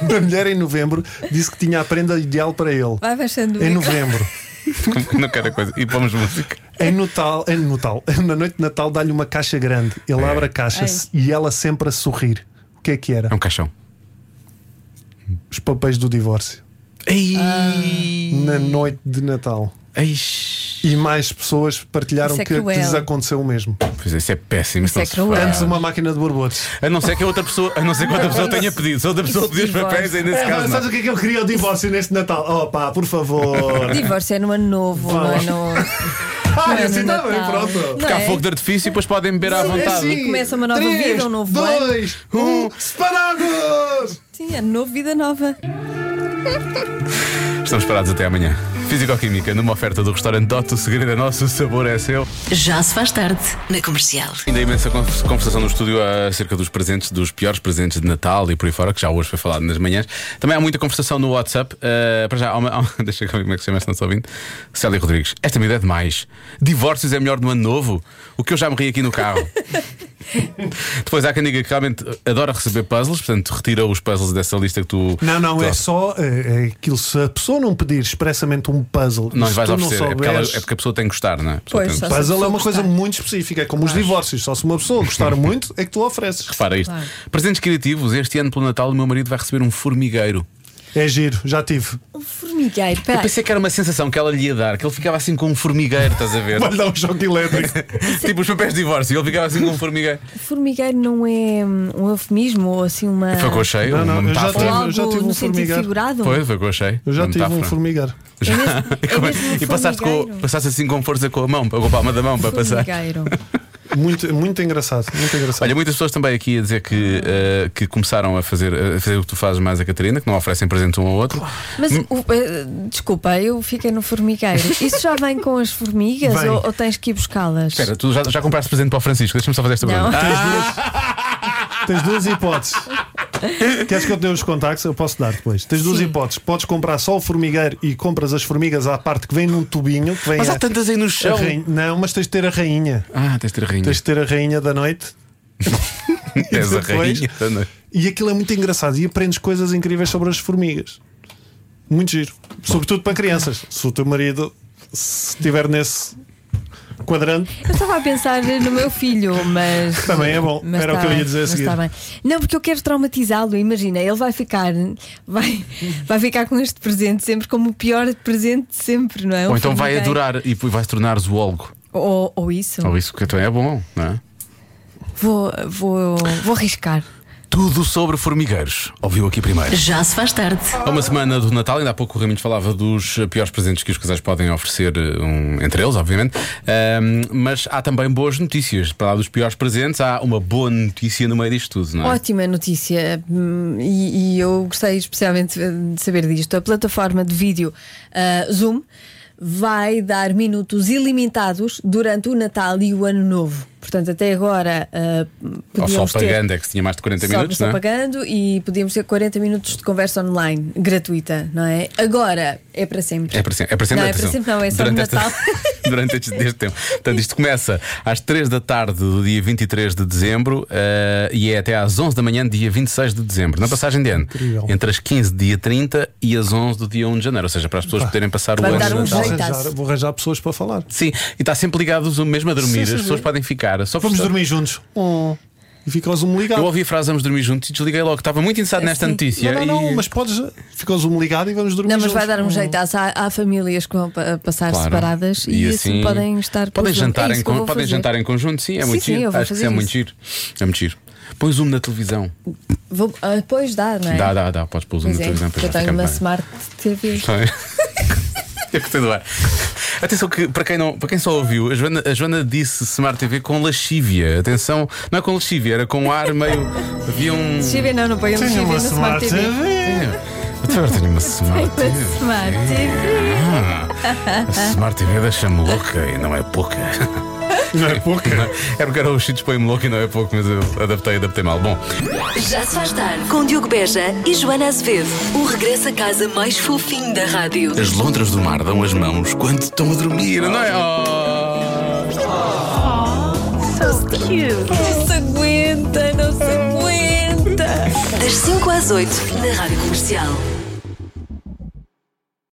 Speaker 3: [laughs]
Speaker 8: [laughs] a mulher em novembro, disse que tinha a prenda ideal para ele.
Speaker 4: Vai um baixando o
Speaker 8: Em
Speaker 4: micro.
Speaker 8: novembro.
Speaker 3: Não quero coisa. E pomos música.
Speaker 8: Em Natal, em Natal, [laughs] na noite de Natal dá-lhe uma caixa grande. Ele abre a caixa e ela sempre a sorrir. O que é que era?
Speaker 3: É um caixão.
Speaker 8: Os papéis do divórcio.
Speaker 3: Ei!
Speaker 4: Ah.
Speaker 8: Na noite de Natal.
Speaker 3: Ei!
Speaker 8: E mais pessoas partilharam
Speaker 4: Isso é
Speaker 8: que, que
Speaker 4: cruel.
Speaker 8: lhes aconteceu o mesmo.
Speaker 3: Pois é, isso é péssimo.
Speaker 4: Isso
Speaker 3: não
Speaker 4: é
Speaker 3: se
Speaker 4: cruel.
Speaker 3: faz.
Speaker 8: Antes uma máquina de borbotes.
Speaker 3: A não ser que a outra pessoa, a não ser que a outra pessoa tenha pedido. Se a outra pessoa
Speaker 4: Isso
Speaker 3: pediu os
Speaker 4: divórcio.
Speaker 3: papéis, aí nesse
Speaker 8: É, mas
Speaker 3: caso.
Speaker 8: sabes
Speaker 3: Não.
Speaker 8: o que é que eu queria o divórcio neste Natal? Oh pá,
Speaker 4: [laughs]
Speaker 8: por
Speaker 4: [laughs]
Speaker 8: favor.
Speaker 4: Divórcio é no ano novo,
Speaker 8: Vá
Speaker 4: não
Speaker 8: lá.
Speaker 4: é no.
Speaker 8: ah,
Speaker 4: não é
Speaker 8: assim
Speaker 4: no
Speaker 8: está bem,
Speaker 4: Natal.
Speaker 8: pronto.
Speaker 4: Não
Speaker 3: Porque há
Speaker 4: é?
Speaker 3: fogo de artifício e depois podem beber à
Speaker 4: é
Speaker 3: vontade.
Speaker 4: assim. começa uma nova
Speaker 8: Três,
Speaker 4: vida, um novo
Speaker 8: dois, um, separados!
Speaker 4: Sim, ano novo, vida é nova.
Speaker 3: Estamos parados até amanhã. Fisicoquímica, numa oferta do restaurante Dot, o segredo é nosso, o sabor é seu.
Speaker 1: Já se faz tarde na comercial.
Speaker 3: Ainda imensa convers- conversação no estúdio acerca dos presentes, dos piores presentes de Natal e por aí fora, que já hoje foi falado nas manhãs. Também há muita conversação no WhatsApp. eh, para já, há uma, [laughs] há uma- deixa eu ver como é que se chama esta nossa ouvinte. Célia Rodrigues, esta minha ideia é demais. Divórcios é melhor no ano novo? O que eu já morri aqui no
Speaker 8: [laughs]
Speaker 3: carro. Depois há quem diga que realmente adora receber puzzles, portanto retira os puzzles dessa lista que tu.
Speaker 8: Não, não, é
Speaker 3: tu-
Speaker 8: só é, é aquilo. Se a pessoa não pedir expressamente um puzzle,
Speaker 3: Não lhe
Speaker 8: se
Speaker 3: vais
Speaker 8: tu não
Speaker 3: oferecer, é, porque ela-
Speaker 8: souberes,
Speaker 3: é porque a pessoa tem que gostar, não é? A pessoa
Speaker 4: Pois,
Speaker 3: tem-
Speaker 4: só se a
Speaker 8: puzzle é
Speaker 4: pessoa
Speaker 8: uma coisa
Speaker 4: gostar.
Speaker 8: muito específica, é como os divórcios. Só se uma
Speaker 3: [laughs]
Speaker 8: pessoa gostar muito é que tu ofereces.
Speaker 3: Repara isto. Presentes criativos, este ano pelo Natal o meu marido vai receber um formigueiro.
Speaker 8: É giro, já tive.
Speaker 4: Um formigueiro,
Speaker 3: Eu
Speaker 4: pera.
Speaker 3: pensei que era uma sensação que ela lhe ia dar, que ele ficava assim com um formigueiro, estás a ver?
Speaker 8: Vai dar
Speaker 3: [laughs]
Speaker 8: um choque elétrico.
Speaker 3: tipo os papéis de divórcio, ele ficava assim com um formigueiro.
Speaker 4: Formigueiro não é hum, um eufemismo ou assim uma.
Speaker 3: Foi cocheio,
Speaker 8: Não, não,
Speaker 3: uma
Speaker 8: eu já
Speaker 4: Ou
Speaker 3: metáfora.
Speaker 8: tive-
Speaker 4: algo
Speaker 8: já tive um
Speaker 4: no sentido
Speaker 8: formigueiro.
Speaker 4: figurado?
Speaker 3: Foi, foi cocheio.
Speaker 8: Eu já tive um formigar.
Speaker 4: É mesmo, é
Speaker 8: [laughs]
Speaker 4: mesmo um
Speaker 3: E passaste, com-
Speaker 4: formigueiro.
Speaker 3: passaste assim com força com a mão, com a palma da mão para passar.
Speaker 4: Formigueiro.
Speaker 8: Muito, muito engraçado, muito engraçado.
Speaker 3: Olha, muitas pessoas também aqui a dizer que, eh, que começaram a fazer, a fazer o que tu fazes mais a Catarina, que não oferecem presente um ao outro.
Speaker 4: Mas
Speaker 8: Hum.
Speaker 4: o- eh, desculpa, eu fiquei no formigueiro. Isso já vem com as formigas
Speaker 8: Vem.
Speaker 4: ou, ou tens que ir buscá-las?
Speaker 3: Espera, tu já, já compraste presente para o Francisco, deixa-me só fazer esta
Speaker 4: Não. [laughs]
Speaker 3: pergunta.
Speaker 8: Tens
Speaker 3: [laughs]
Speaker 8: duas hipóteses. Queres que eu te dê os contactos? Eu posso dar depois. Tens duas hipóteses. Podes comprar só o formigueiro e compras as formigas à parte que vem num tubinho. Que vem
Speaker 3: Mas
Speaker 8: a-
Speaker 3: há tantas aí no
Speaker 8: a
Speaker 3: chão.
Speaker 8: rainha- Não, mas tens de ter a rainha.
Speaker 3: Ah, tens de ter rainha.
Speaker 8: Tens de ter a rainha da noite.
Speaker 3: Tens a
Speaker 8: depois-
Speaker 3: rainha. Ana.
Speaker 8: E aquilo é muito engraçado. E aprendes coisas incríveis sobre as formigas. Muito giro. Sobretudo para crianças. Se o teu marido se estiver nesse quadrante,
Speaker 4: Eu estava a pensar no meu filho, mas.
Speaker 8: Também é bom.
Speaker 4: mas
Speaker 8: Era o
Speaker 4: está
Speaker 8: que eu ia
Speaker 4: bem,
Speaker 8: dizer a
Speaker 4: mas
Speaker 8: seguir.
Speaker 4: está bem. Não, porque eu quero traumatizá-lo, imagina, ele vai ficar, vai, vai ficar com este presente sempre como o pior presente de sempre, não é?
Speaker 3: Ou
Speaker 4: Um
Speaker 3: então vai
Speaker 4: formigueiro.
Speaker 3: adorar e vai se tornar zoólogo.
Speaker 4: Ou, ou isso.
Speaker 3: Ou isso que então é bom, não é?
Speaker 4: Vou, vou, vou arriscar.
Speaker 3: Tudo sobre formigueiros. Ouviu aqui primeiro.
Speaker 1: Já se faz tarde.
Speaker 3: Há uma semana do Natal, ainda há pouco o Raminhos falava dos eh, piores presentes que os casais podem oferecer, eh, um, entre eles, obviamente. Ahm, mas há também boas notícias. Para lá dos piores presentes, há uma boa notícia no meio disto tudo, não é?
Speaker 4: Ótima notícia hum, e, e eu gostei especialmente de saber disto. A plataforma de vídeo ah, Zoom vai dar minutos ilimitados durante o Natal e o Ano Novo. Portanto, até agora ah,
Speaker 3: Ou só
Speaker 4: podíamos ter
Speaker 3: pagando, é que se tinha mais de 40
Speaker 4: só
Speaker 3: minutos,
Speaker 4: só
Speaker 3: não é?
Speaker 4: pagando e podíamos ter 40 minutos de conversa online gratuita, não é? Agora é para sempre.
Speaker 3: É para sempre, é para sempre,
Speaker 4: Não, é
Speaker 3: atenção.
Speaker 4: para sempre, não, é só no
Speaker 3: durante esta- [laughs]
Speaker 4: Natal.
Speaker 3: durante este, deste tempo. Portanto, isto começa às 3 da tarde do dia 23 de dezembro eh, e é até às 11 da manhã, do dia 26 de dezembro. Na passagem de ano,
Speaker 8: Incrível.
Speaker 3: entre as 15 do dia 30 e as 11 do dia 1 de janeiro. Ou seja, para as pessoas poderem passar o
Speaker 4: Vai
Speaker 3: ano
Speaker 4: dar
Speaker 3: de
Speaker 4: um
Speaker 3: Natal.
Speaker 8: vou,
Speaker 4: jeitaço.
Speaker 8: arranjar, vou arranjar pessoas para falar.
Speaker 3: Sim, e está sempre ligado o Zoom, mesmo a dormir.
Speaker 8: Sim, sim,
Speaker 3: As pessoas
Speaker 8: sim.
Speaker 3: podem ficar. Só por
Speaker 8: Vamos
Speaker 3: estar-
Speaker 8: dormir juntos.
Speaker 4: Hum.
Speaker 8: Oh. E fica o Zoom ligado.
Speaker 3: Eu ouvi a frase vamos dormir juntos e desliguei logo. Estava muito interessado nesta
Speaker 4: Sim.
Speaker 3: notícia.
Speaker 8: Não, não, não,
Speaker 3: e-
Speaker 8: mas podes. Fica o Zoom ligado e vamos dormir
Speaker 4: [laughs] Não, mas vai
Speaker 8: juntos.
Speaker 4: dar um jeitaço. Há, há famílias que vão pa- passar
Speaker 3: Claro.
Speaker 4: separadas e, assim, podem estar por
Speaker 3: podem
Speaker 4: junto.
Speaker 3: jantar,
Speaker 4: é isso
Speaker 3: em,
Speaker 4: que eu
Speaker 3: con-
Speaker 4: vou
Speaker 3: podem
Speaker 4: fazer.
Speaker 3: jantar em conjunto, sim, é
Speaker 4: Sim,
Speaker 3: muito
Speaker 4: sim,
Speaker 3: giro.
Speaker 4: eu vou
Speaker 3: Acho que
Speaker 4: fazer
Speaker 3: isso é muito
Speaker 4: isso.
Speaker 3: giro. É muito giro. Põe zoom na televisão.
Speaker 4: Vou, ah, pois dá, não é?
Speaker 3: Dá, dá, dá. Podes pôr o zoom
Speaker 4: Pois
Speaker 3: na
Speaker 4: é,
Speaker 3: televisão para
Speaker 4: eu tenho uma smart TV.
Speaker 3: [laughs] Eu gostei do ar. Atenção que, para quem, não, para quem só ouviu, a Joana, a Joana disse Smart TV com lascívia. Atenção, não é com lascívia, era com ar meio. Havia um.
Speaker 4: TV não, não põe um
Speaker 8: Tenho
Speaker 4: TV na
Speaker 8: uma
Speaker 4: smart TV.
Speaker 3: Eu Então agora tenho uma Smart
Speaker 4: Uma
Speaker 3: TV.
Speaker 4: smart TV.
Speaker 3: Ah, A Smart TV deixa-me louca e não é pouca.
Speaker 8: Não é pouco?
Speaker 3: É porque era o Cheats põe-me louca e não é pouco, mas eu adaptei, adaptei mal. Bom,
Speaker 1: Já se faz tarde com Diogo Beja e Joana Azevedo. O regresso a casa mais fofinho da rádio.
Speaker 3: as lontras do mar dão as mãos quando estão a dormir, não é? Oh.
Speaker 4: Não se aguenta, não se aguenta.
Speaker 1: Das 5 às 8 na rádio comercial.